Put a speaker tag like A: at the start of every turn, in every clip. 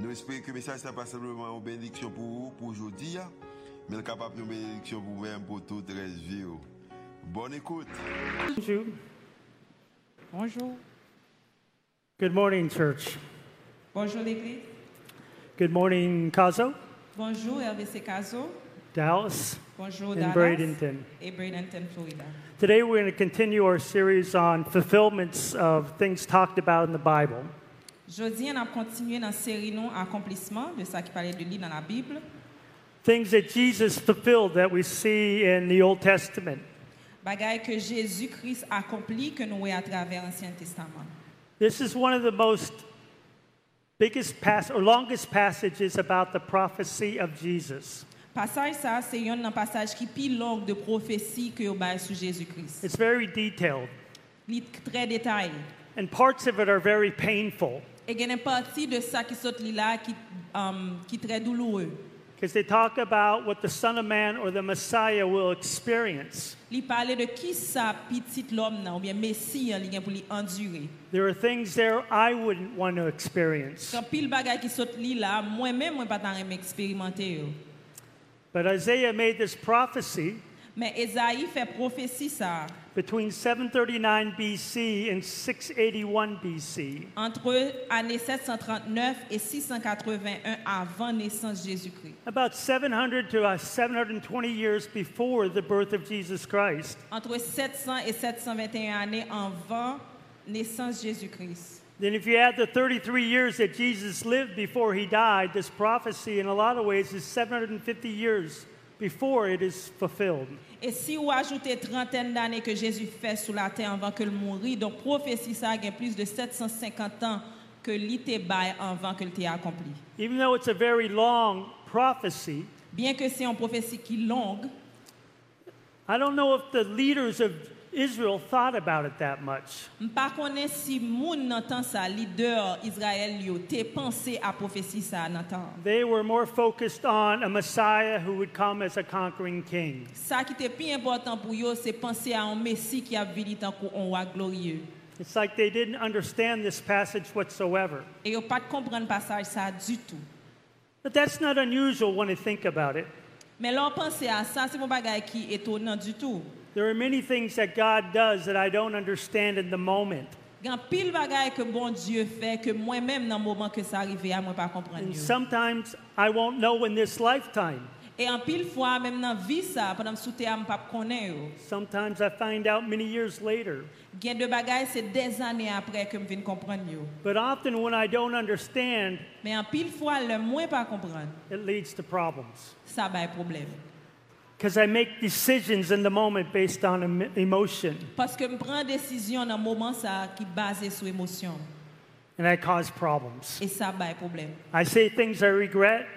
A: Nous espérons que le message n'est pas simplement une bénédiction pour vous, pour aujourd'hui, mais il est capable de une bénédiction pour vous-même, pour toute la vie. Bonne écoute.
B: Bonjour.
C: Bonjour.
B: Good morning, church.
C: Bonjour l'église.
B: Good morning, Caso,
C: Bonjour RBC Caso.
B: Dallas,
C: Bonjour
B: and
C: Dallas.
B: Bradenton.
C: Et Bradenton, Florida.
B: Today we're going to continue our series on fulfillments of things talked about in the Bible.
C: Jeudi, on a continué dans série non accomplissement de ça qui parlait de lui dans la Bible.
B: Things that Jesus fulfilled that we see in the Old Testament.
C: Bagaille que Jésus-Christ accomplit que nous voyons à travers l'Ancien Testament.
B: This is one of the most biggest pass or longest passages about the prophecy of Jesus.
C: Passage ça, c'est un des passages qui plus long de prophétie que vous avez sur Jésus-Christ.
B: It's very detailed,
C: Il est très détaillé.
B: and parts of it are very painful
C: Et il y a une partie de ça qui saute là qui um, qui est très douloureux.
B: because they talk about what the Son of Man or the Messiah will experience.
C: Il parlait de qui ça petit l'homme nan, ou bien Messie hein, li gen pour lui endurer.
B: There are things there I wouldn't want to experience.
C: Quand pile bagay qui saute li là, moi-même moi pas tant aimé expérimenter yo.
B: But Isaiah made this prophecy
C: Mais Esaïe fait prophétie ça
B: between 739 BC and 681 BC.
C: entre année 739 et 681 avant naissance Jésus-Christ.
B: About 700 to uh, 720 years before the birth of Jesus Christ,
C: Entre 700 et 721 années avant naissance Jésus-Christ.
B: then if you add the 33 years that Jesus lived before he died, this prophecy in a lot of ways is 750 years before it is fulfilled.
C: Et si vous ajoutez trentaine d'années que Jésus fait sur la terre avant que le mourit, donc prophétie ça a plus de 750 ans que l'été bail avant que le accompli.
B: Even though it's a very long prophecy,
C: Bien que c'est une prophétie qui est longue,
B: I don't know if the leaders of Israel thought about it that much.
C: je ne connais pas si moun nan tan sa leader Israël yo te pensé à prophétie ça nan tan.
B: They were more focused on a Messiah who would come as a conquering king.
C: Ça qui était plus important pour eux, c'est penser à un Messie qui a vécu tant qu'on roi glorieux.
B: It's like they didn't understand this passage whatsoever.
C: Et yo pas de comprendre passage ça du tout.
B: But that's not unusual when I think about it.
C: Mais là, penser à ça, c'est mon bagage qui est étonnant du tout.
B: There are many things that God does that I don't understand in the moment.
C: Il y a pile bagaille que bon Dieu fait que moi-même dans le moment que ça arrive à moi pas comprendre.
B: And
C: yo.
B: sometimes I won't know in this lifetime.
C: Et en pile fois même dans la vie ça pendant que je ne pas connaître. yo.
B: Sometimes I find out many years later.
C: Gain de bagaille c'est des années après que je viens comprendre yo.
B: But often when I don't understand,
C: Mais en pile fois le moins pas comprendre,
B: it leads to problems.
C: ça va problème.
B: Because I make decisions in the moment based on em- emotion,
C: Parce que je prends décision dans un moment ça qui est basé sur émotion
B: and I cause problems.
C: et ça va problème.
B: I say things I regret.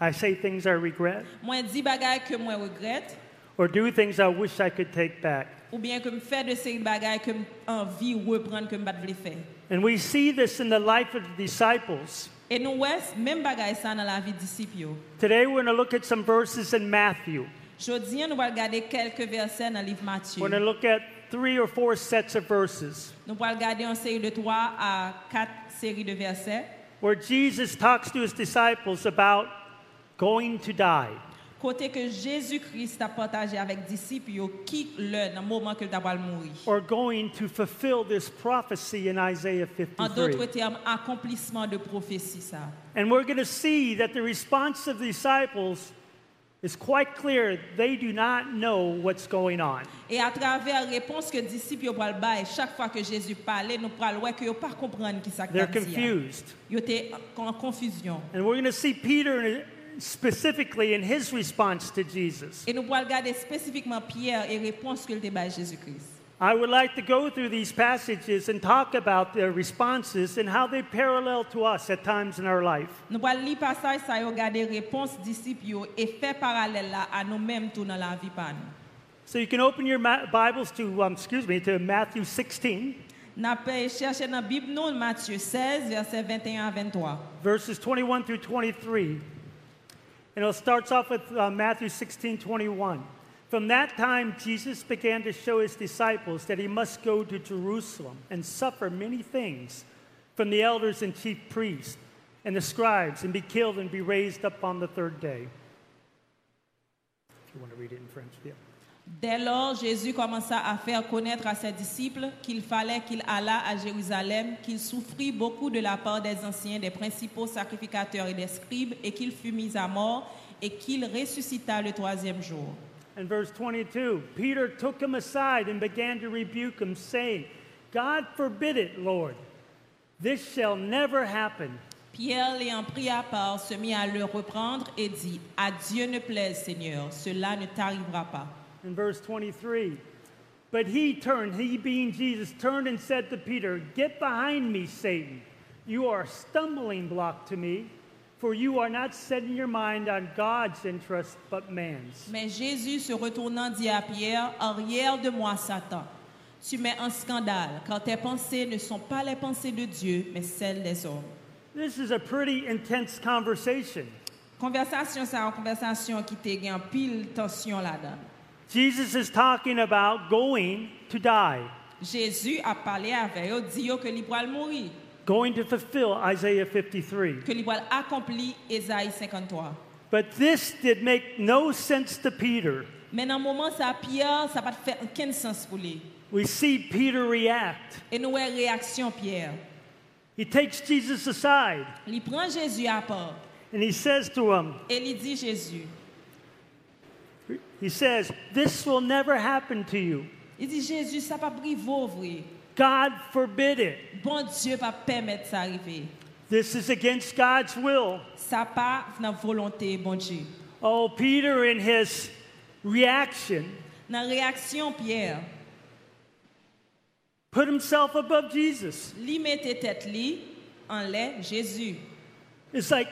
B: I say things I regret
C: Moi dis bagaille que moi regrette
B: or do things I wish I could take back.
C: ou bien que me fais de ces bagaille que envie reprendre que me pas de faire.
B: And we see this in the life of the disciples.
C: Et nous ouais, même bagaille ça dans la vie disciple. yo.
B: Today we're going to look at some verses in Matthew.
C: Jodi, nous allons regarder quelques versets dans le livre Matthieu.
B: We're going to look at three or four sets of verses
C: Nous allons regarder en série de 3 à 4 séries de versets.
B: where Jesus talks to his disciples about going to die.
C: Côté que Jésus-Christ a partagé avec disciples, yo, qui le dans le moment que tu vas mourir.
B: Or going to fulfill this prophecy in Isaiah
C: En d'autres
B: 53.
C: termes, accomplissement de prophétie ça.
B: And we're going to see that the response of the disciples is quite clear. They do not know what's going on.
C: Et à travers la réponse que disciples yo pral bailler, chaque fois que Jésus parlait, nous pral ouais que yo pas comprendre qui ça que
B: They're
C: t'as dit, hein.
B: confused.
C: Yo étaient en confusion.
B: And we're going to see Peter specifically in his response to Jesus.
C: Et nous pral regarder spécifiquement Pierre et réponse que le débat Jésus-Christ.
B: I would like to go through these passages and talk about their responses and how they parallel to us at times in our life.
C: Nous pral li passage ça yo gade réponse disciples yo et fait parallèle là à nous-mêmes tout dans la vie pa nous.
B: So you can open your ma- Bibles to, um, excuse me, to Matthew 16,
C: N'a pas cherché dans Bible nous Matthieu 16 verset 21 à 23.
B: verses 21 through 23. And it starts off with uh, Matthew 16, 21. From that time, Jesus began to show his disciples that he must go to Jerusalem and suffer many things from the elders and chief priests and the scribes and be killed and be raised up on the third day. If you want to read it in French, yeah.
C: Dès lors, Jésus commença à faire connaître à ses disciples qu'il fallait qu'il allât à Jérusalem, qu'il souffrit beaucoup de la part des anciens, des principaux sacrificateurs et des scribes, et qu'il fut mis à mort, et qu'il ressuscita le troisième jour.
B: And verse 22 Peter took him aside and began to rebuke him, saying, God forbid it, Lord. This shall never happen.
C: Pierre l'ayant pris à part, se mit à le reprendre et dit, À Dieu ne plaise, Seigneur, cela ne t'arrivera pas.
B: In verse 23, but he turned, he being Jesus, turned and said to Peter, Get behind me, Satan. You are a stumbling block to me, for you are not setting your mind on God's interest but man's.
C: Mais Jésus, se retournant, dit à Pierre, Arrière de moi, Satan. Tu mets un scandale, car tes pensées ne sont pas les pensées de Dieu, mais celles des hommes.
B: This is a pretty intense conversation.
C: Conversation, c'est une conversation qui te gagne pile tension là-dedans.
B: Jesus is talking about going to die.
C: Jésus a parlé avec eux, dit eux que l'Ibral mourir,
B: going to fulfill Isaiah 53.
C: que l'Ibral accompli Esaïe 53.
B: But this did make no sense to Peter.
C: Mais dans le moment, ça, Pierre, ça n'a pas fait aucun sens pour lui.
B: We see Peter react.
C: Et nous, voyons réaction, Pierre.
B: He takes Jesus aside
C: Il prend Jésus à part
B: and he says to him,
C: et il dit Jésus.
B: He says, This will never happen to you.
C: Il dit Jésus, ça pas privé, vrai.
B: God forbid it.
C: Bon Dieu va permettre ça arriver.
B: This is against God's will.
C: Ça pas dans volonté, bon Dieu.
B: Oh, Peter, in his reaction,
C: Dans réaction, Pierre,
B: put himself above Jesus.
C: lui mettait tête lui en l'air Jésus.
B: It's like,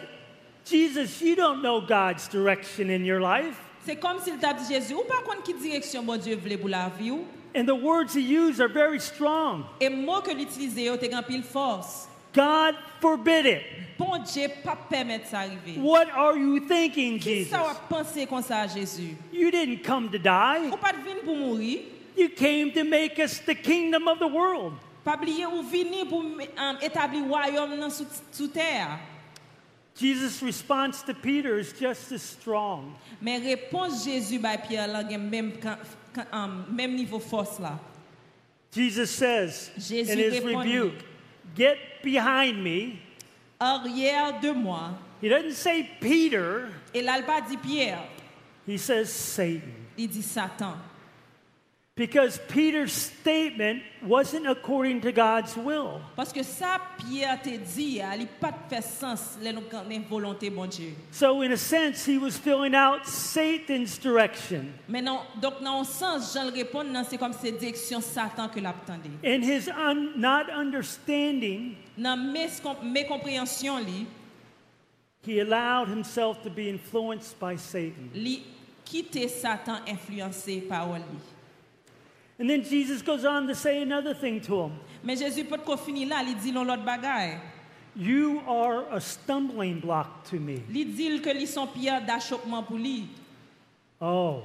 B: Jesus, you don't know God's direction in your life.
C: C'est comme s'il t'a dit Jésus, ou par contre, qui direction bon Dieu voulait pour la vie ou?
B: And the words he used are very strong.
C: Et mot que l'utiliser, t'es grand pile force.
B: God forbid it.
C: Bon Dieu, pas permettre ça arriver.
B: What are you thinking,
C: Qui
B: Jesus?
C: ça va penser comme ça à Jésus?
B: You didn't come to die.
C: Ou pas de venir pour mourir?
B: You came to make us the kingdom of the world.
C: Pas oublier ou venir pour euh, établir le royaume dans sous, sous terre.
B: Jesus' response to Peter is just as strong.
C: Mais réponse Jésus par Pierre là, gen même quand- quand, euh, même niveau force là.
B: Jesus says
C: Jésus
B: in his
C: répondit.
B: rebuke, Get behind me.
C: Arrière de moi.
B: He doesn't say Peter,
C: Et là, il pas dit Pierre,
B: he says Satan.
C: il dit Satan.
B: Because Peter's statement wasn't according to God's will.
C: Parce que ça, Pierre te dit, hein, il n'a pas de fait sens, les volonté, bon Dieu.
B: So, in a sense, he was filling out Satan's direction.
C: Mais non, donc, dans un sens, Jean le répond, non, c'est comme c'est direction Satan que l'attendait.
B: In his un, not understanding,
C: Dans mes, com- mes compréhensions, lui,
B: he allowed himself to be influenced by Satan.
C: lui quitter Satan influencé par lui.
B: And then Jesus goes on to say another thing to him
C: Mais Jésus peut qu'on finit là, il dit l'on l'autre bagaille.
B: You are a stumbling block to me.
C: Il dit que lui son pierre d'achoppement pour lui.
B: Oh.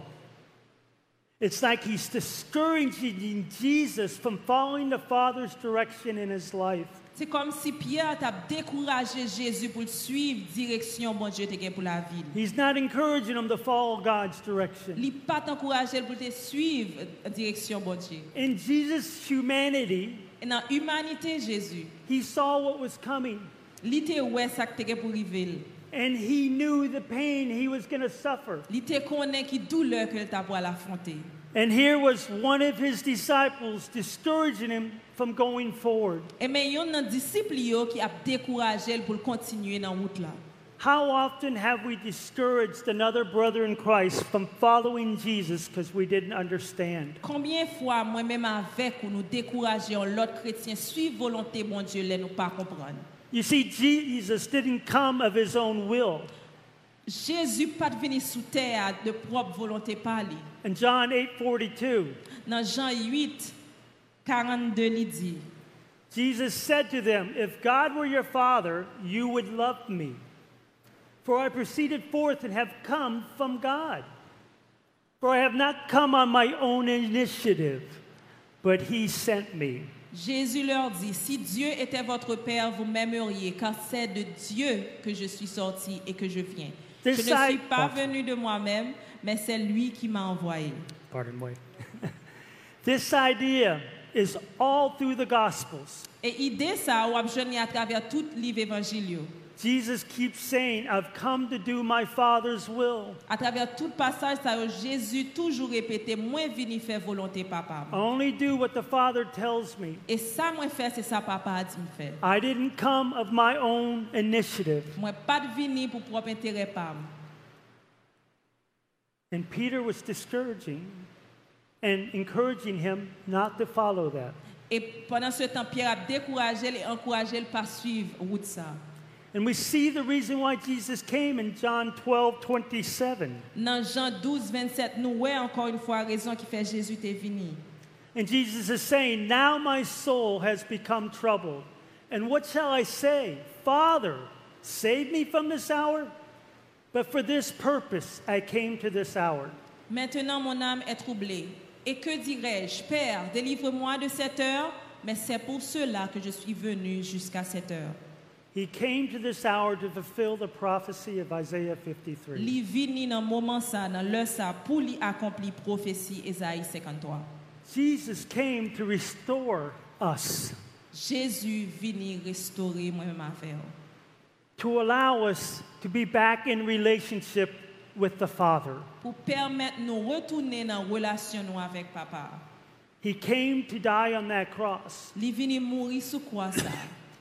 B: It's like he's discouraging Jesus from following the Father's direction in his life.
C: C'est comme si Pierre t'a découragé Jésus pour le suivre direction bon Dieu te gagne pour la ville.
B: He's not encouraging him to follow God's direction.
C: Il pas t'encourager pour te suivre euh, direction bon Dieu.
B: In Jesus' humanity,
C: Et dans l'humanité, Jésus,
B: he saw what was coming
C: il te ouais ça que t'es pour arriver.
B: and he knew the pain he was going to suffer.
C: Il te connaît qui douleur que t'a pour l'affronter.
B: And here was one of his disciples discouraging him from going forward.
C: Et mais il y a un disciple yo qui a découragé pour le continuer dans route là.
B: How often have we discouraged another brother in Christ from following Jesus because we didn't understand?
C: Combien fois moi-même avec ou nous décourageons l'autre chrétien suivre volonté bon Dieu les nous pas comprendre.
B: You see, Jesus didn't come of his own will.
C: Jésus pas venu sous terre de propre volonté par lui.
B: In John 8:42,
C: Dans Jean 8 42 il dit
B: Jesus said to them, If God were your father, you would love me. For I proceeded forth and have come from God. For I have not come on my own initiative, but he sent me.
C: Jésus leur dit si Dieu était votre père vous m'aimeriez car c'est de Dieu que je suis sorti et que je viens. Je ne suis
B: Disciples.
C: pas venu de moi-même mais c'est lui qui m'a envoyé.
B: Pardon me. this idea is all through the Gospels.
C: Et idée ça ou abjoni à travers tout livre évangile. yo.
B: Jesus keeps saying, I've come to do my Father's will.
C: À travers tout passage ça yo, Jésus toujours répétait moi venu faire volonté papa.
B: I only do what the Father tells me.
C: Et ça moi faire c'est ça papa a dit me faire.
B: I didn't come of my own initiative.
C: Moi pas de venir pour propre intérêt pas. moi.
B: And Peter was discouraging and encouraging him not to follow that.
C: Et pendant ce temps, Pierre a découragé et encouragé le pas suivre route ça.
B: And we see the reason why Jesus came in John 12 27.
C: Dans Jean 12, 27, nous voyons encore une fois la raison qui fait Jésus t'est venu.
B: And Jesus is saying, Now my soul has become troubled. And what shall I say? Father, save me from this hour? But for this purpose I came to this hour.
C: Maintenant, mon âme est troublée. Et que dirais-je Père, délivre-moi de cette heure, mais c'est pour cela que je suis venu jusqu'à cette heure.
B: He came to this hour to fulfill the prophecy of Isaiah 53.
C: Li vini dans moment ça, dans l'heure ça, pour lui accomplir prophétie Ésaïe 53.
B: Jesus came to restore us.
C: Jésus vini restaurer moi-même affaire.
B: to allow us to be back in relationship with the Father.
C: Pour permettre nous retourner dans la relation nous avec papa.
B: He came to die on that cross
C: Li vini mourir sous croix ça,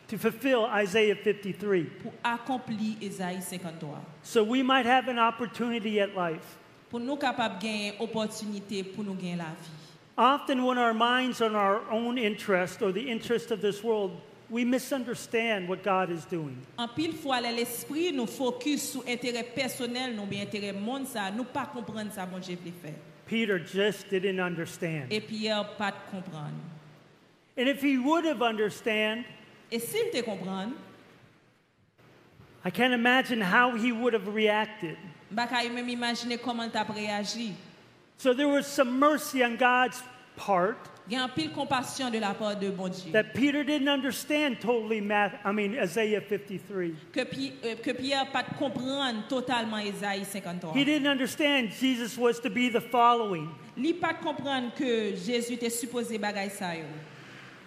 B: to fulfill Isaiah 53
C: pour accomplir Ésaïe 53.
B: so we might have an opportunity at life.
C: pour nous capables de gagner opportunité pour nous gagner la vie.
B: Often, when our minds are on our own interest or the interest of this world, we misunderstand what God is doing.
C: En pile fois, là, l'esprit nous focus sur intérêt personnel, nous bien intérêt monde ça, nous pas comprendre ça bon Dieu veut faire.
B: Peter just didn't understand.
C: Et Pierre pas de comprendre.
B: And if he would have understand,
C: Et s'il te comprend,
B: I can't imagine how he would have reacted.
C: bah qu'à même imaginer comment t'as réagi.
B: So there was some mercy on God's part
C: Il y a en pile compassion de la part de bon Dieu.
B: that Peter didn't understand totally math, I mean Isaiah 53.
C: Que, Pi- euh, que Pierre pas de comprendre totalement Ésaïe 53.
B: He didn't understand Jesus was to be the following.
C: Il pas de comprendre que Jésus était supposé bagaille ça. yo.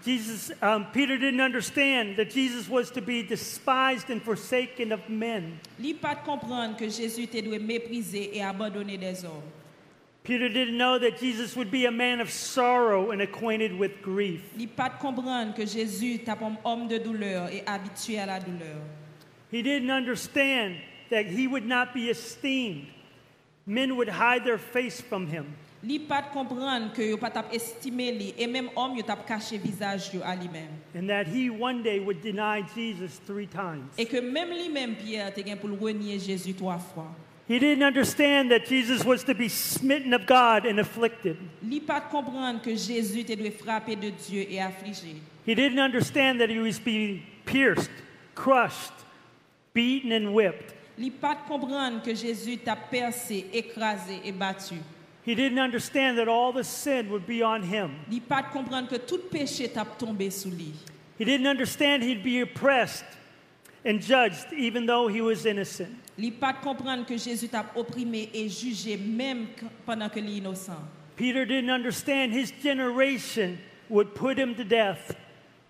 B: Jesus, um, Peter didn't understand that Jesus was to be despised and forsaken of men.
C: Li pas de comprendre que Jésus était dû mépriser et abandonner des hommes.
B: Peter didn't know that Jesus would be a man of sorrow and acquainted with grief.
C: Li pas de comprendre que Jésus est un homme de douleur et habitué à la douleur.
B: He didn't understand that he would not be esteemed. Men would hide their face from him.
C: Li pas de comprendre que yo pas tap estimé li et même homme yo tap caché visage yo à lui-même
B: And that he one day would deny Jesus three times.
C: et que même lui-même Pierre te gen pour le renier Jésus trois fois.
B: He didn't understand that Jesus was to be smitten of God and afflicted.
C: Li pas de comprendre que Jésus était dû frapper de Dieu et affligé.
B: He didn't understand that he was being pierced, crushed, beaten, and whipped.
C: Li pas de comprendre que Jésus t'a percé, écrasé et battu.
B: He didn't understand that all the sin would be on him.
C: Li pas de comprendre que tout péché t'a tombé sous lui.
B: He didn't understand he'd be oppressed and judged even though he was innocent.
C: Li pas de comprendre que Jésus t'a opprimé et jugé même qu- pendant que est innocent.
B: Peter didn't understand his generation would put him to death.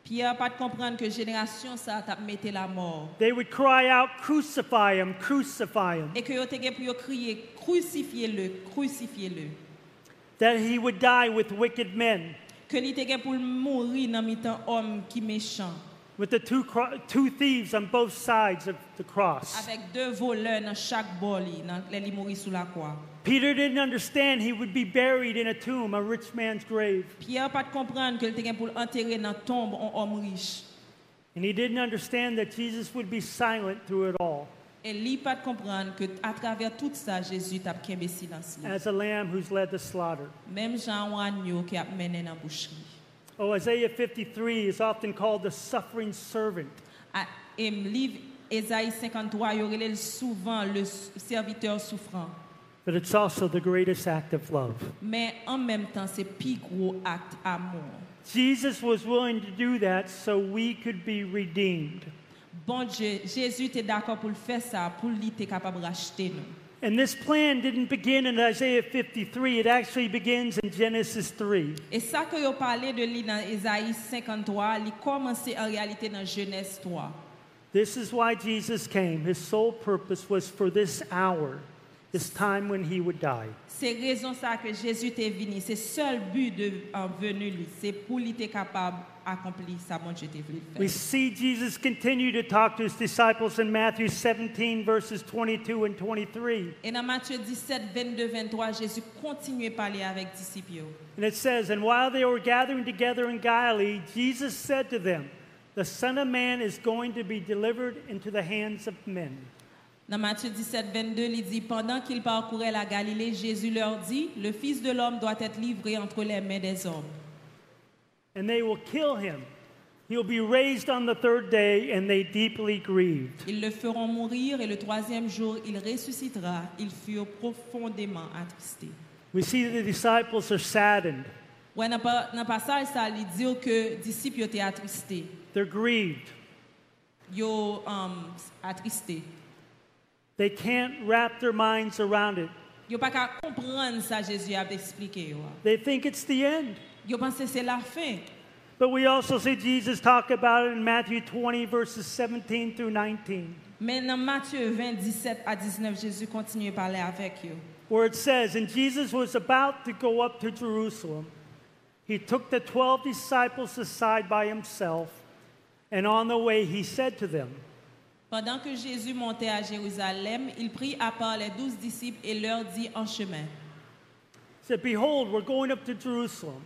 C: Pierre pas de comprendre que génération ça t'a metté la mort
B: They would cry out, Crucify him, crucify him.
C: et que yo te gen pour yo crier crucifiez-le, crucifiez-le.
B: That he would die with wicked men.
C: Que li te gen pour le mourir dans mi-temps homme qui méchant.
B: with the two, cro- two thieves on both sides of the cross.
C: avec deux voleurs dans chaque bol, dans les mourir sous la croix.
B: Peter didn't understand he would be buried in a tomb, a rich man's grave.
C: Pierre pas de comprendre que le était pour enterrer dans la tombe un homme riche.
B: And he didn't understand that Jesus would be silent through it all,
C: Et lui pas de comprendre que à travers tout ça, Jésus t'a qu'embé silence. li.
B: as a lamb who's led to slaughter.
C: Même Jean ou agneau qui a mené dans la boucherie.
B: Oh, Isaiah 53 is often called the suffering servant.
C: À- Ah, Et le livre Ésaïe 53, il y aurait souvent le s- serviteur souffrant.
B: But it's also the greatest act of love.
C: Mais en même temps, c'est plus gros acte amour.
B: Jesus was willing to do that so we could be redeemed.
C: Bon Dieu, Jésus était d'accord pour le faire ça, pour lui, t'es capable de racheter nous.
B: And this plan didn't begin in Isaiah 53, it actually begins in Genesis 3.
C: Et ça que vous parlez de lui dans Ésaïe 53, il commence en réalité dans Genèse 3.
B: This is why Jesus came. His sole purpose was for this hour, this time when he would die.
C: C'est raison ça que Jésus est venu. C'est seul but de en venu lui. C'est pour lui être capable d'accomplir ça, bon Dieu, t'es voulu
B: We
C: le faire.
B: see Jesus continue to talk to his disciples in Matthew 17, verses 22 and 23.
C: Et dans Matthieu 17, 22, 23, Jésus continue à parler avec les disciples.
B: And it says, And while they were gathering together in Galilee, Jesus said to them, The Son of Man is going to be delivered into the hands of men.
C: Dans Matthieu 17, 22, il dit, pendant qu'ils parcouraient la Galilée, Jésus leur dit, le Fils de l'homme doit être livré entre les mains des hommes.
B: And they will kill him. He'll be raised on the third day, and they deeply grieved.
C: Ils le feront mourir et le troisième jour, il ressuscitera. Ils furent profondément attristés.
B: We see that the disciples are saddened,
C: Ouais, dans pa- dans le passage, ça lui dit que les disciples étaient attristés.
B: they're grieved.
C: Ils ont um, attristés.
B: They can't wrap their minds around it.
C: Ils n'ont pas qu'à comprendre ça, Jésus a expliqué. ouais.
B: They think it's the end.
C: Ils pensent que c'est la fin.
B: But we also see Jesus talk about it in Matthew 20, verses 17 through 19,
C: Mais dans Matthieu 20, 17 à 19, Jésus continue à parler avec eux.
B: where it says, And Jesus was about to go up to Jerusalem. He took the 12 disciples aside by himself, and on the way he said to them,
C: Pendant que Jésus montait à Jérusalem, il prit à part les douze disciples et leur dit en chemin,
B: He said, Behold, we're going up to Jerusalem,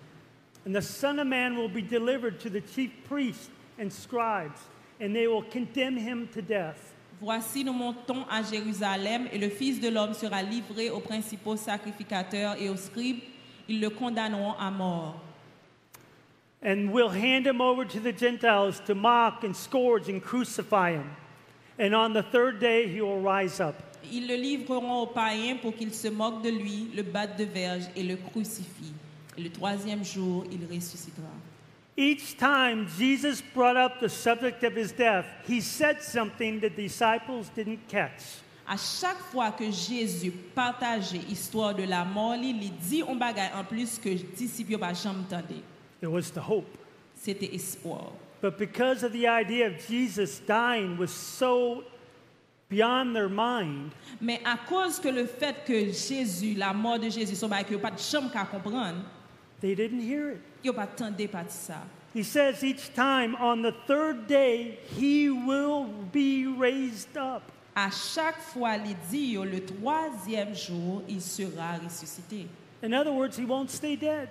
B: and the Son of Man will be delivered to the chief priests and scribes, and they will condemn him to death.
C: Voici, nous montons à Jérusalem et le Fils de l'homme sera livré aux principaux sacrificateurs et aux scribes. Ils le condamneront à mort.
B: and will hand him over to the Gentiles to mock and scourge and crucify him. And on the third day he will rise up.
C: Ils le livreront aux païens pour qu'ils se moquent de lui, le battent de verge et le crucifient. Et le troisième jour, il ressuscitera.
B: Each time Jesus brought up the subject of his death, he said something the disciples didn't catch.
C: À chaque fois que Jésus partageait l'histoire de la mort, li, il dit un bagage en plus que les disciples n'ont jamais entendu.
B: It was the hope.
C: C'était espoir.
B: But because of the idea of Jesus dying was so beyond their mind,
C: Mais à cause que le fait que Jésus, la mort de Jésus, son bagage, qu'ils n'ont pas de chambre qu'à comprendre,
B: they didn't hear it.
C: Yo pas tendez pas de ça.
B: He says each time, on the third day, he will be raised up.
C: À chaque fois, il dit, yo, le troisième jour, il sera ressuscité.
B: In other words, he won't stay dead.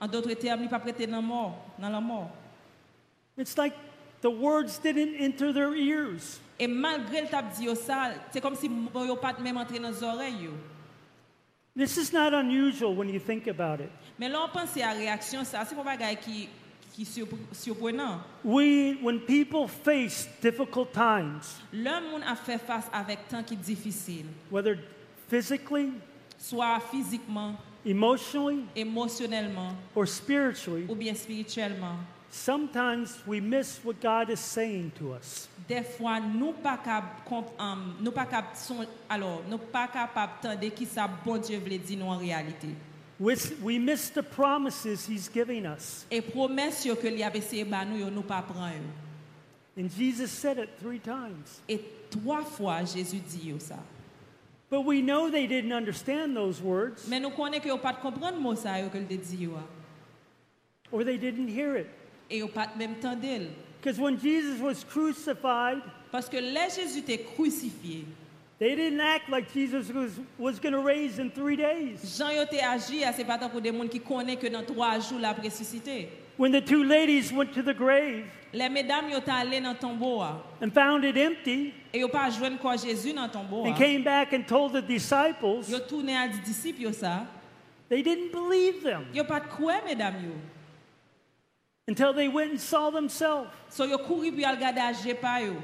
C: En d'autres termes, il pas prêté dans la mort, dans la mort.
B: It's like the words didn't enter their ears.
C: Et malgré le tap dit yo ça, c'est comme si bon, yo pas même entré dans les oreilles. yo.
B: This is not unusual when you think about it.
C: Mais là, on pense à la réaction, ça, c'est un bagage qui, qui surp- surprenant.
B: We, when people face difficult times,
C: L'homme a fait face avec tant qui est difficile,
B: whether physically,
C: soit physiquement,
B: emotionally,
C: émotionnellement
B: or spiritually,
C: ou bien spirituellement.
B: sometimes we miss what God is saying to us.
C: Des fois, nous pas cap- comp- um, nous pas cap- son- alors nous pas capable de qui ça bon Dieu veut dire nous en réalité.
B: We, we miss the promises He's giving us.
C: Et promesse yo que lui avait essayé bah nous yo, nous pas prendre. yo.
B: And Jesus said it three times.
C: Et trois fois Jésus dit yo ça.
B: But we know they didn't understand those words,
C: Mais nous connaissons que yo pas de comprendre mot ça yo hein. que le dit yo. a.
B: or they didn't hear it.
C: Et yo pas de même tendel.
B: Because when Jesus was crucified,
C: Parce que là, Jésus était crucifié.
B: they didn't act like Jesus was, was going to raise in three days.
C: Jean yo te agi hein, à ces patins pour des gens qui connaissent que dans trois jours, la ressuscité.
B: When the two ladies went to the grave
C: Les mesdames yo allé dans le tombeau a,
B: and found it empty
C: et yo pas joindre quoi Jésus dans hein. le tombeau.
B: and came back and told the disciples,
C: Yo tourné à des disciples yo ça.
B: they didn't believe them
C: Yo pas de quoi mesdames yo.
B: until they went and saw themselves.
C: So yo couru puis al regarder âgé pa yo.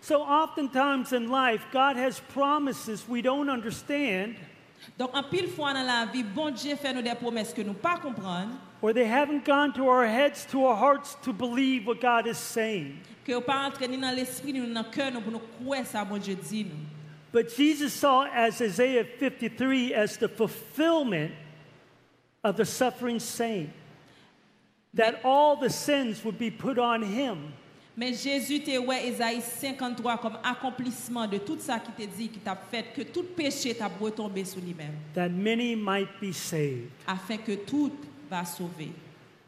B: So oftentimes in life, God has promises we don't understand
C: Donc en pile fois dans la vie, bon Dieu fait nous des promesses que nous pas comprendre,
B: or they haven't gone to our heads, to our hearts to believe what God is saying.
C: que yo pas entrer ni dans l'esprit ni dans le cœur nous pour nous croire ça bon Dieu dit nous.
B: But Jesus saw as Isaiah 53 as the fulfillment of the suffering saint, that all the sins would be put on him.
C: Mais Jésus te ouais Ésaïe 53 comme accomplissement de tout ça qui te dit qui t'a fait que tout péché t'a retombé sur lui-même
B: that many might be saved.
C: afin que tout va sauver.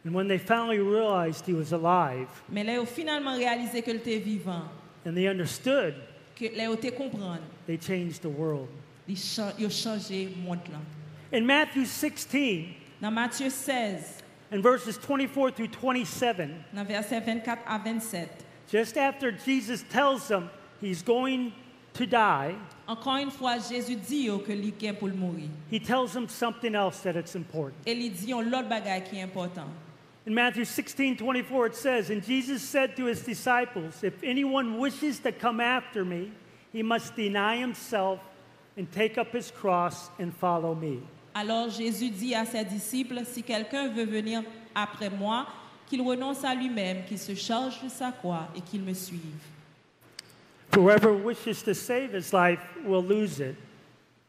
B: And when they finally realized he was alive
C: Mais là, ils ont finalement réalisé que était vivant,
B: and they understood,
C: que là, ils te comprendre,
B: they changed the world.
C: ils cha- ils ont changé le monde là.
B: In Matthew 16,
C: Dans Matthieu 16,
B: in verses 24 through 27,
C: dans versets 24 à 27,
B: just after Jesus tells them he's going to die,
C: encore une fois, Jésus dit yo que lui est pour le mourir.
B: he tells them something else that it's important.
C: Et il dit on l'autre bagaille qui est important.
B: In Matthew 16, 24, it says, And Jesus said to his disciples, If anyone wishes to come after me, he must deny himself and take up his cross and follow me.
C: Alors Jésus dit à ses disciples, si quelqu'un veut venir après moi, qu'il renonce à lui-même, qu'il se charge de sa croix et qu'il me suive.
B: Whoever wishes to save his life will lose it,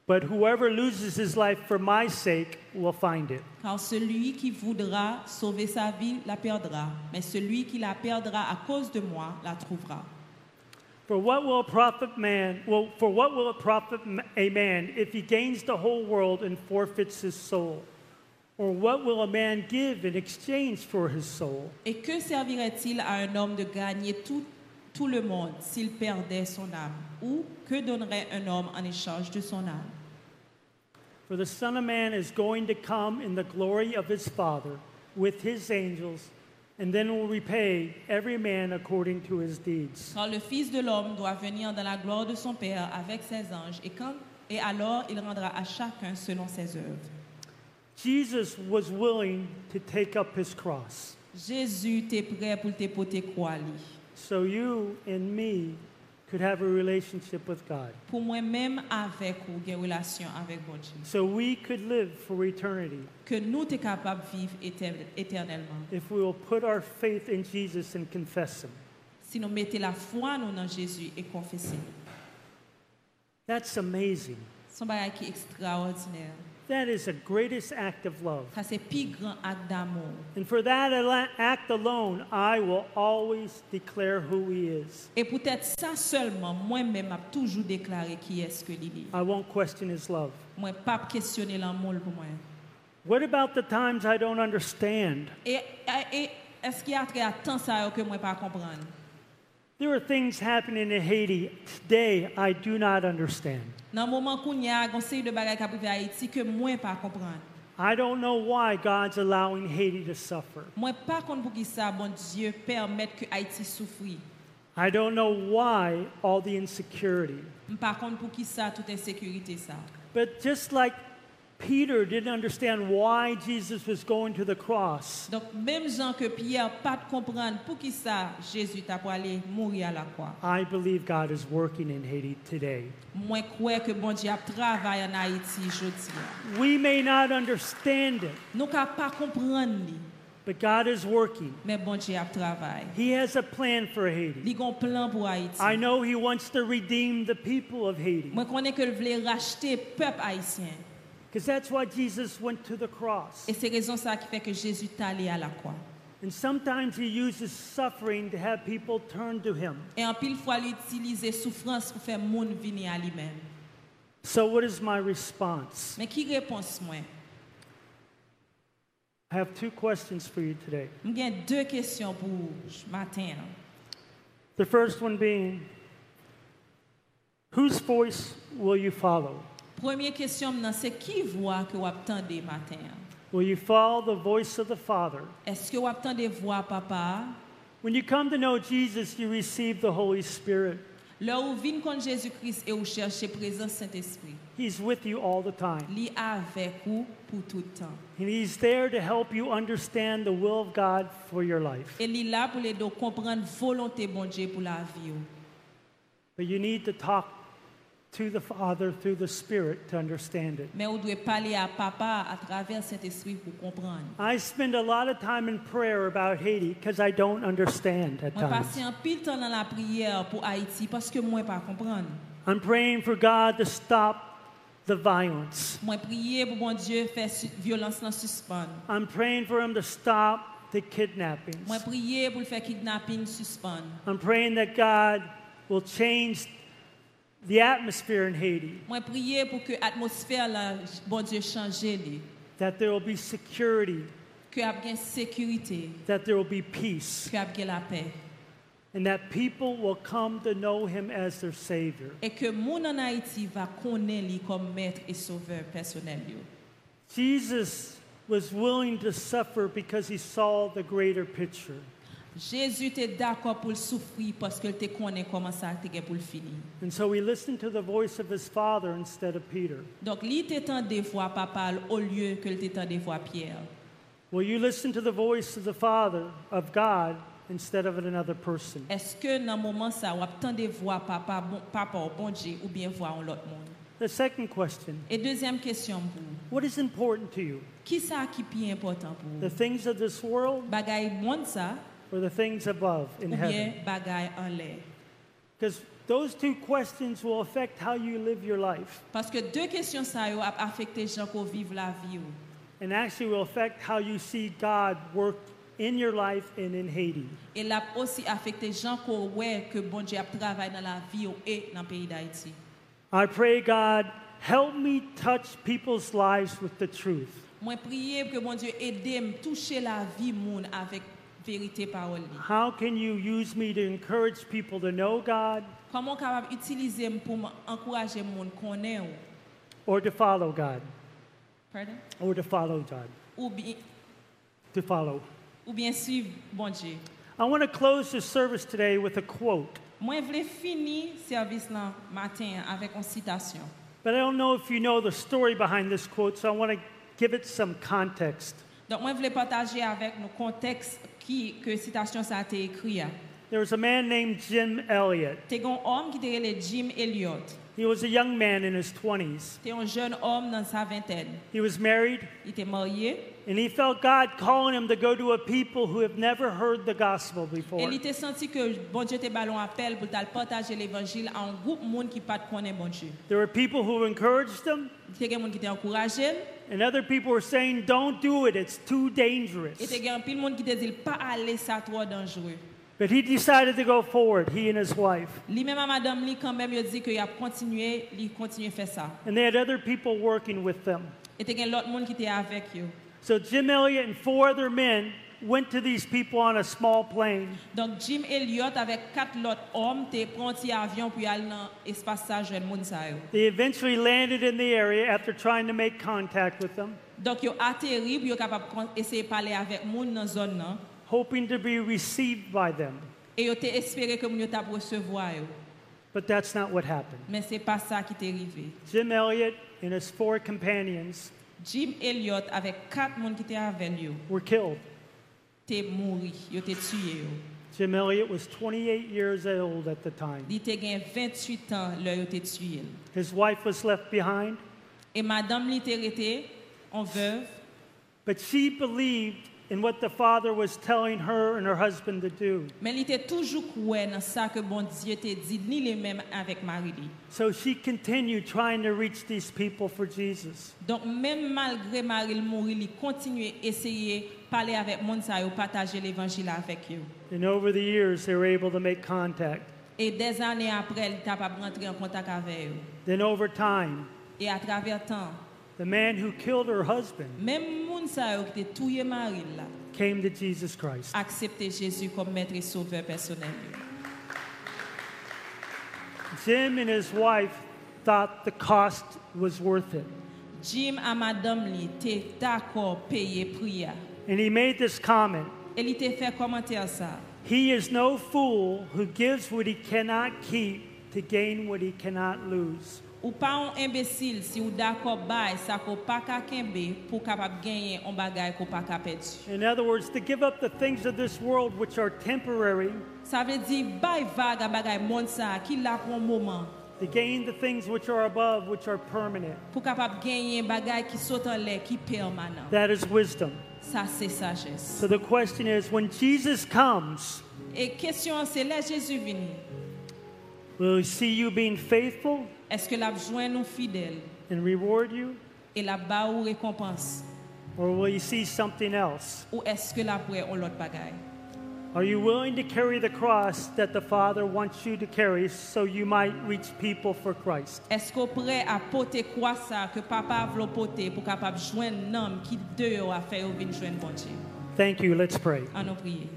B: but whoever loses his life for my sake will find it.
C: Car celui qui voudra sauver sa vie la perdra, mais celui qui la perdra à cause de moi la trouvera.
B: For what will profit man? Well, for what will it profit m- a man if he gains the whole world and forfeits his soul? Or what will a man give in exchange for his soul?
C: Et que servirait-il à un homme de gagner tout, tout le monde s'il perdait son âme Ou que donnerait un homme en échange de son âme
B: For the Son of Man is going to come in the glory of his Father with his angels, and then will repay every man according to his deeds.
C: Car le Fils de l'homme doit venir dans la gloire de son Père avec ses anges, et, quand, et alors il rendra à chacun selon ses œuvres.
B: Jesus was willing to take up his cross.
C: Jésus t'est prêt pour te porter croix. lui.
B: So you and me could have a relationship with God.
C: Pour moi-même, avec ou gain relation avec bon Dieu.
B: So we could live for eternity
C: que nous sommes capables de vivre éter- éternellement.
B: if we will put our faith in Jesus and confess him.
C: Si nous mettons la foi nous dans Jésus et confessons-nous.
B: That's amazing.
C: C'est un bagage qui est extraordinaire.
B: That is the greatest act of love.
C: Ça, c'est le plus grand acte d'amour.
B: And for that ala- act alone, I will always declare who he is.
C: Et peut-être ça seulement, moi-même, m'a toujours déclaré qui est-ce que Lily.
B: I won't question his love.
C: Moi, pas questionner l'amour pour moi.
B: What about the times I don't understand?
C: Et, et- et est-ce qu'il y a trait à tant ça que moi pas comprendre?
B: There are things happening in Haiti today I do not understand.
C: Dans le moment où il y a un conseil de bagaille qui a privé à Haïti que moi pas comprendre.
B: I don't know why God's allowing Haiti to suffer.
C: Moi pas comprendre pour qui ça, bon Dieu, permettre que Haïti souffre.
B: I don't know why all the insecurity.
C: Par contre, pour qui ça, toute insécurité ça.
B: But just like Peter didn't understand why Jesus was going to the cross,
C: Donc, même gens que Pierre pas de comprendre pour qui ça, Jésus t'a pour aller mourir à la croix.
B: I believe God is working in Haiti today.
C: Moi, crois que bon Dieu travaille en Haïti aujourd'hui.
B: We may not understand it,
C: Nous ne pas comprendre, lui,
B: but God is working.
C: mais bon Dieu travaille.
B: He has a plan for Haiti.
C: Il a un plan pour Haïti.
B: I know He wants to redeem the people of Haiti
C: Moi, connais que le voulait racheter le peuple haïtien.
B: because that's why Jesus went to the cross.
C: Et c'est raison ça qui fait que Jésus t'a allé à la croix.
B: And sometimes He uses suffering to have people turn to Him.
C: Et en pile fois, il utilisait souffrance pour faire le monde venir à lui-même.
B: So, what is my response?
C: Mais qui réponse, moi?
B: I have two questions for you today.
C: Je deux questions pour vous ce matin. hein.
B: The first one being, whose voice will you follow?
C: Première question, maintenant, c'est qui voix que vous attendez matin?
B: Will you follow the voice of the Father?
C: Est-ce que vous attendez voix papa?
B: When you come to know Jesus, you receive the Holy Spirit.
C: Lors où vient contre Jésus-Christ et où cherchez présence Saint-Esprit,
B: He's with you all the time.
C: il est avec vous pour tout le temps.
B: And He's there to help you understand the will of God for your life.
C: Et il est là pour les deux comprendre volonté bon Dieu pour la vie.
B: But you need to talk to the Father through the Spirit to understand it.
C: Mais vous devez parler à papa à travers Saint-Esprit pour comprendre.
B: I spend a lot of time in prayer about Haiti because I don't understand at
C: Moi passe
B: times.
C: un pile temps dans la prière pour Haïti parce que moi pas comprendre.
B: I'm praying for God to stop the violence.
C: Moi prier pour bon Dieu faire su- violence dans suspendre.
B: I'm praying for Him to stop the kidnappings.
C: Moi prier pour le faire kidnapping suspendre.
B: I'm praying that God will change the atmosphere in Haiti,
C: Moi prier pour que atmosphère là bon Dieu changer li.
B: that there will be security,
C: que a bien sécurité,
B: that there will be peace,
C: que a bien la paix
B: and that people will come to know Him as their Savior.
C: et que mon en Haïti va connaître lui comme maître et sauveur personnel. yo.
B: Jesus was willing to suffer because He saw the greater picture.
C: Jésus était d'accord pour le souffrir parce qu'il te connaît comment ça te gain pour le finir.
B: And so he listened to the voice of his father instead of Peter.
C: Donc lui t'étend des fois papa au lieu que t'étend des fois Pierre.
B: Will you listen to the voice of the Father, of God, instead of another person?
C: Est-ce que dans le moment ça, ou attend des voix papa, bon, papa au bon Dieu ou bien voir en l'autre monde?
B: The second question
C: Et deuxième question pour vous.
B: What is important to you?
C: Qui ça qui est important pour
B: The
C: vous?
B: things of this world
C: Bagaille monde ça
B: or the things above
C: ou
B: in
C: bien
B: heaven?
C: bagaille en l'air?
B: Because those two questions will affect how you live your life
C: Parce que deux questions ça yo a affecté gens qui vivent la vie. yo.
B: and actually will affect how you see God work in your life and in Haiti.
C: Et l'a aussi affecté gens qui ouais que bon Dieu a travaillé dans la vie yo et dans le pays d'Haïti.
B: I pray, God, help me touch people's lives with the truth.
C: Moi prier que mon Dieu aide me toucher la vie monde avec vérité parole. li.
B: How can you use me to encourage people to know God
C: Comment capable utiliser m pour m- encourager monde connaître
B: or to follow God?
C: Pardon?
B: Or to follow God.
C: Ou bien
B: To follow.
C: ou bien suivre bon Dieu.
B: I want to close this service today with a quote,
C: Moi je voulais finir service là matin avec une citation.
B: but I don't know if you know the story behind this quote, so I want to give it some context.
C: Donc moi je voulais partager avec nous contexte qui que citation ça a été écrit.
B: There was a man named Jim Elliot.
C: T'es un homme qui était le Jim Elliot.
B: He was a young man in his 20s.
C: T'es un jeune homme dans sa vingtaine.
B: He was married,
C: Il était marié.
B: and he felt God calling him to go to a people who have never heard the gospel
C: Et
B: before.
C: il était senti que bon Dieu te ballon appel pour t'aller partager l'évangile à un groupe de monde qui pas te connaît bon Dieu.
B: There were people who encouraged him,
C: Il y a des gens qui t'encourageaient,
B: And other people were saying, don't do it, it's too
C: et
B: dangerous.
C: il y a des gens qui te disaient pas aller ça trop dangereux.
B: But he decided to go forward, he and his wife.
C: Lui-même à madame lui quand même il dit qu'il a continué, il continue faire ça.
B: And they had other people working with them.
C: Et il y a l'autre monde qui était avec lui.
B: So Jim Elliot and four other men went to these people on a small plane.
C: Donc Jim Elliot avec quatre autres hommes t'es pris un petit avion pour aller dans l'espace ça jeune monde ça. yo.
B: They eventually landed in the area after trying to make contact with them,
C: Donc yo atterri pour yo capable kon- essayer parler avec monde dans zone hein. là
B: hoping to be received by them.
C: et yo t'es espéré que moun yo t'a recevoir yo.
B: But that's not what happened.
C: Mais c'est pas ça qui t'est arrivé.
B: Jim Elliot and his four companions
C: Jim Elliot avec quatre monde qui étaient avec lui,
B: were killed.
C: t'es mouru, yo t'es tué yo.
B: Jim Elliot was 28 years old at the time.
C: Il était gain 28 ans là yo t'es tué.
B: His wife was left behind.
C: Et madame li t'est restée en veuve,
B: But she believed in what the father was telling her and her husband to do.
C: mais il était toujours croyé dans ça que bon Dieu t'a dit ni les mêmes avec Marie. li.
B: So she continued trying to reach these people for Jesus.
C: Donc même malgré Marie le mourir, il continuait essayer parler avec monde ça yo, partager l'évangile avec eux.
B: And over the years, they were able to make contact.
C: Et des années après, il t'a pas rentré en contact avec eux.
B: Then over time,
C: Et à travers le temps,
B: the man who killed her husband
C: même monde ça yo qui était tué Marie là.
B: came to Jesus Christ.
C: accepter Jésus comme maître et sauveur personnel.
B: Jim and his wife thought the cost was worth it.
C: Jim a madame li te d'accord payer priya.
B: And he made this comment
C: Et li te fait commentaire ça.
B: He is no fool who gives what he cannot keep to gain what he cannot lose.
C: Ou pa un imbécile si ou d'accord bay sa ko pa ka kenbe pou kapap genyen on bagay ko pa ka perdu.
B: In other words, to give up the things of this world which are temporary,
C: Sa vle di bay vague a bagay moun sa ki la pou un moment
B: to gain the things which are above, which are permanent.
C: pou kapap genyen bagay ki sotan lè ki permanent.
B: That is wisdom.
C: Sa se sagesse.
B: So the question is when Jesus comes,
C: E kesyon se lè Jezu vini.
B: will he see you being faithful
C: Eske la jwen nou fidèl
B: and reward you,
C: e la ba ou rekompans
B: or will he see something else?
C: ou eske la pou e on lot bagay?
B: Are you willing to carry the cross that the Father wants you to carry so you might reach people for Christ?
C: Esko prè a pote kwa sa ke papa vlo pote pou kapap jwen nam ki deyo a fe ou vin jwen bonche?
B: Thank you. Let's pray.
C: An nou priye.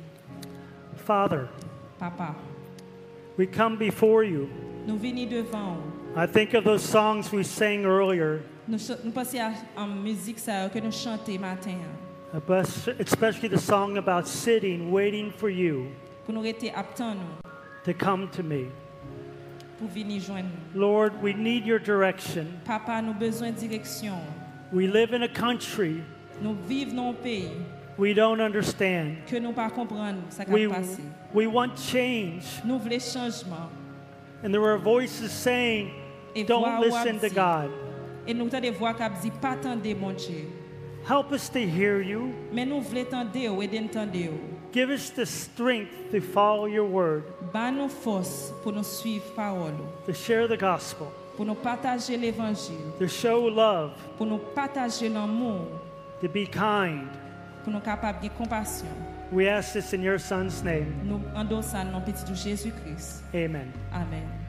B: Father,
C: Papa,
B: we come before you.
C: nou vini devan ou.
B: I think of those songs we sang earlier,
C: Nou, ch- nou pase a, an müzik sa yo ke nou chante matin hein, an.
B: abus- especially the song about sitting, waiting for you
C: pou nou rete aptan nou
B: to come to me.
C: pou vini jwen nou.
B: Lord, we need your direction.
C: Papa, nou bezwen direksyon.
B: We live in a country
C: Nou viv nan peyi
B: we don't understand.
C: ke nou pa kompran sa ka
B: We,
C: pase.
B: we want change,
C: Nou vle chanjman.
B: and there are voices saying,
C: Et
B: don't
C: voix
B: listen to
C: oisée.
B: God.
C: E nou tade vwa kap di pa tande mon che.
B: Help us to hear you.
C: Men nou vle tande ou eden tande ou.
B: Give us the strength to follow your word,
C: Ba nou fos pou nou suiv parol ou.
B: to share the gospel,
C: Pou nou pataje l'evanjil.
B: to show love,
C: Pou nou pataje l'amou.
B: to be kind.
C: Pou nou kapap gen kompasyon.
B: We ask this in your son's name.
C: Nou andosan nan peti du Jésus-Christ.
B: Amen.
C: Amen.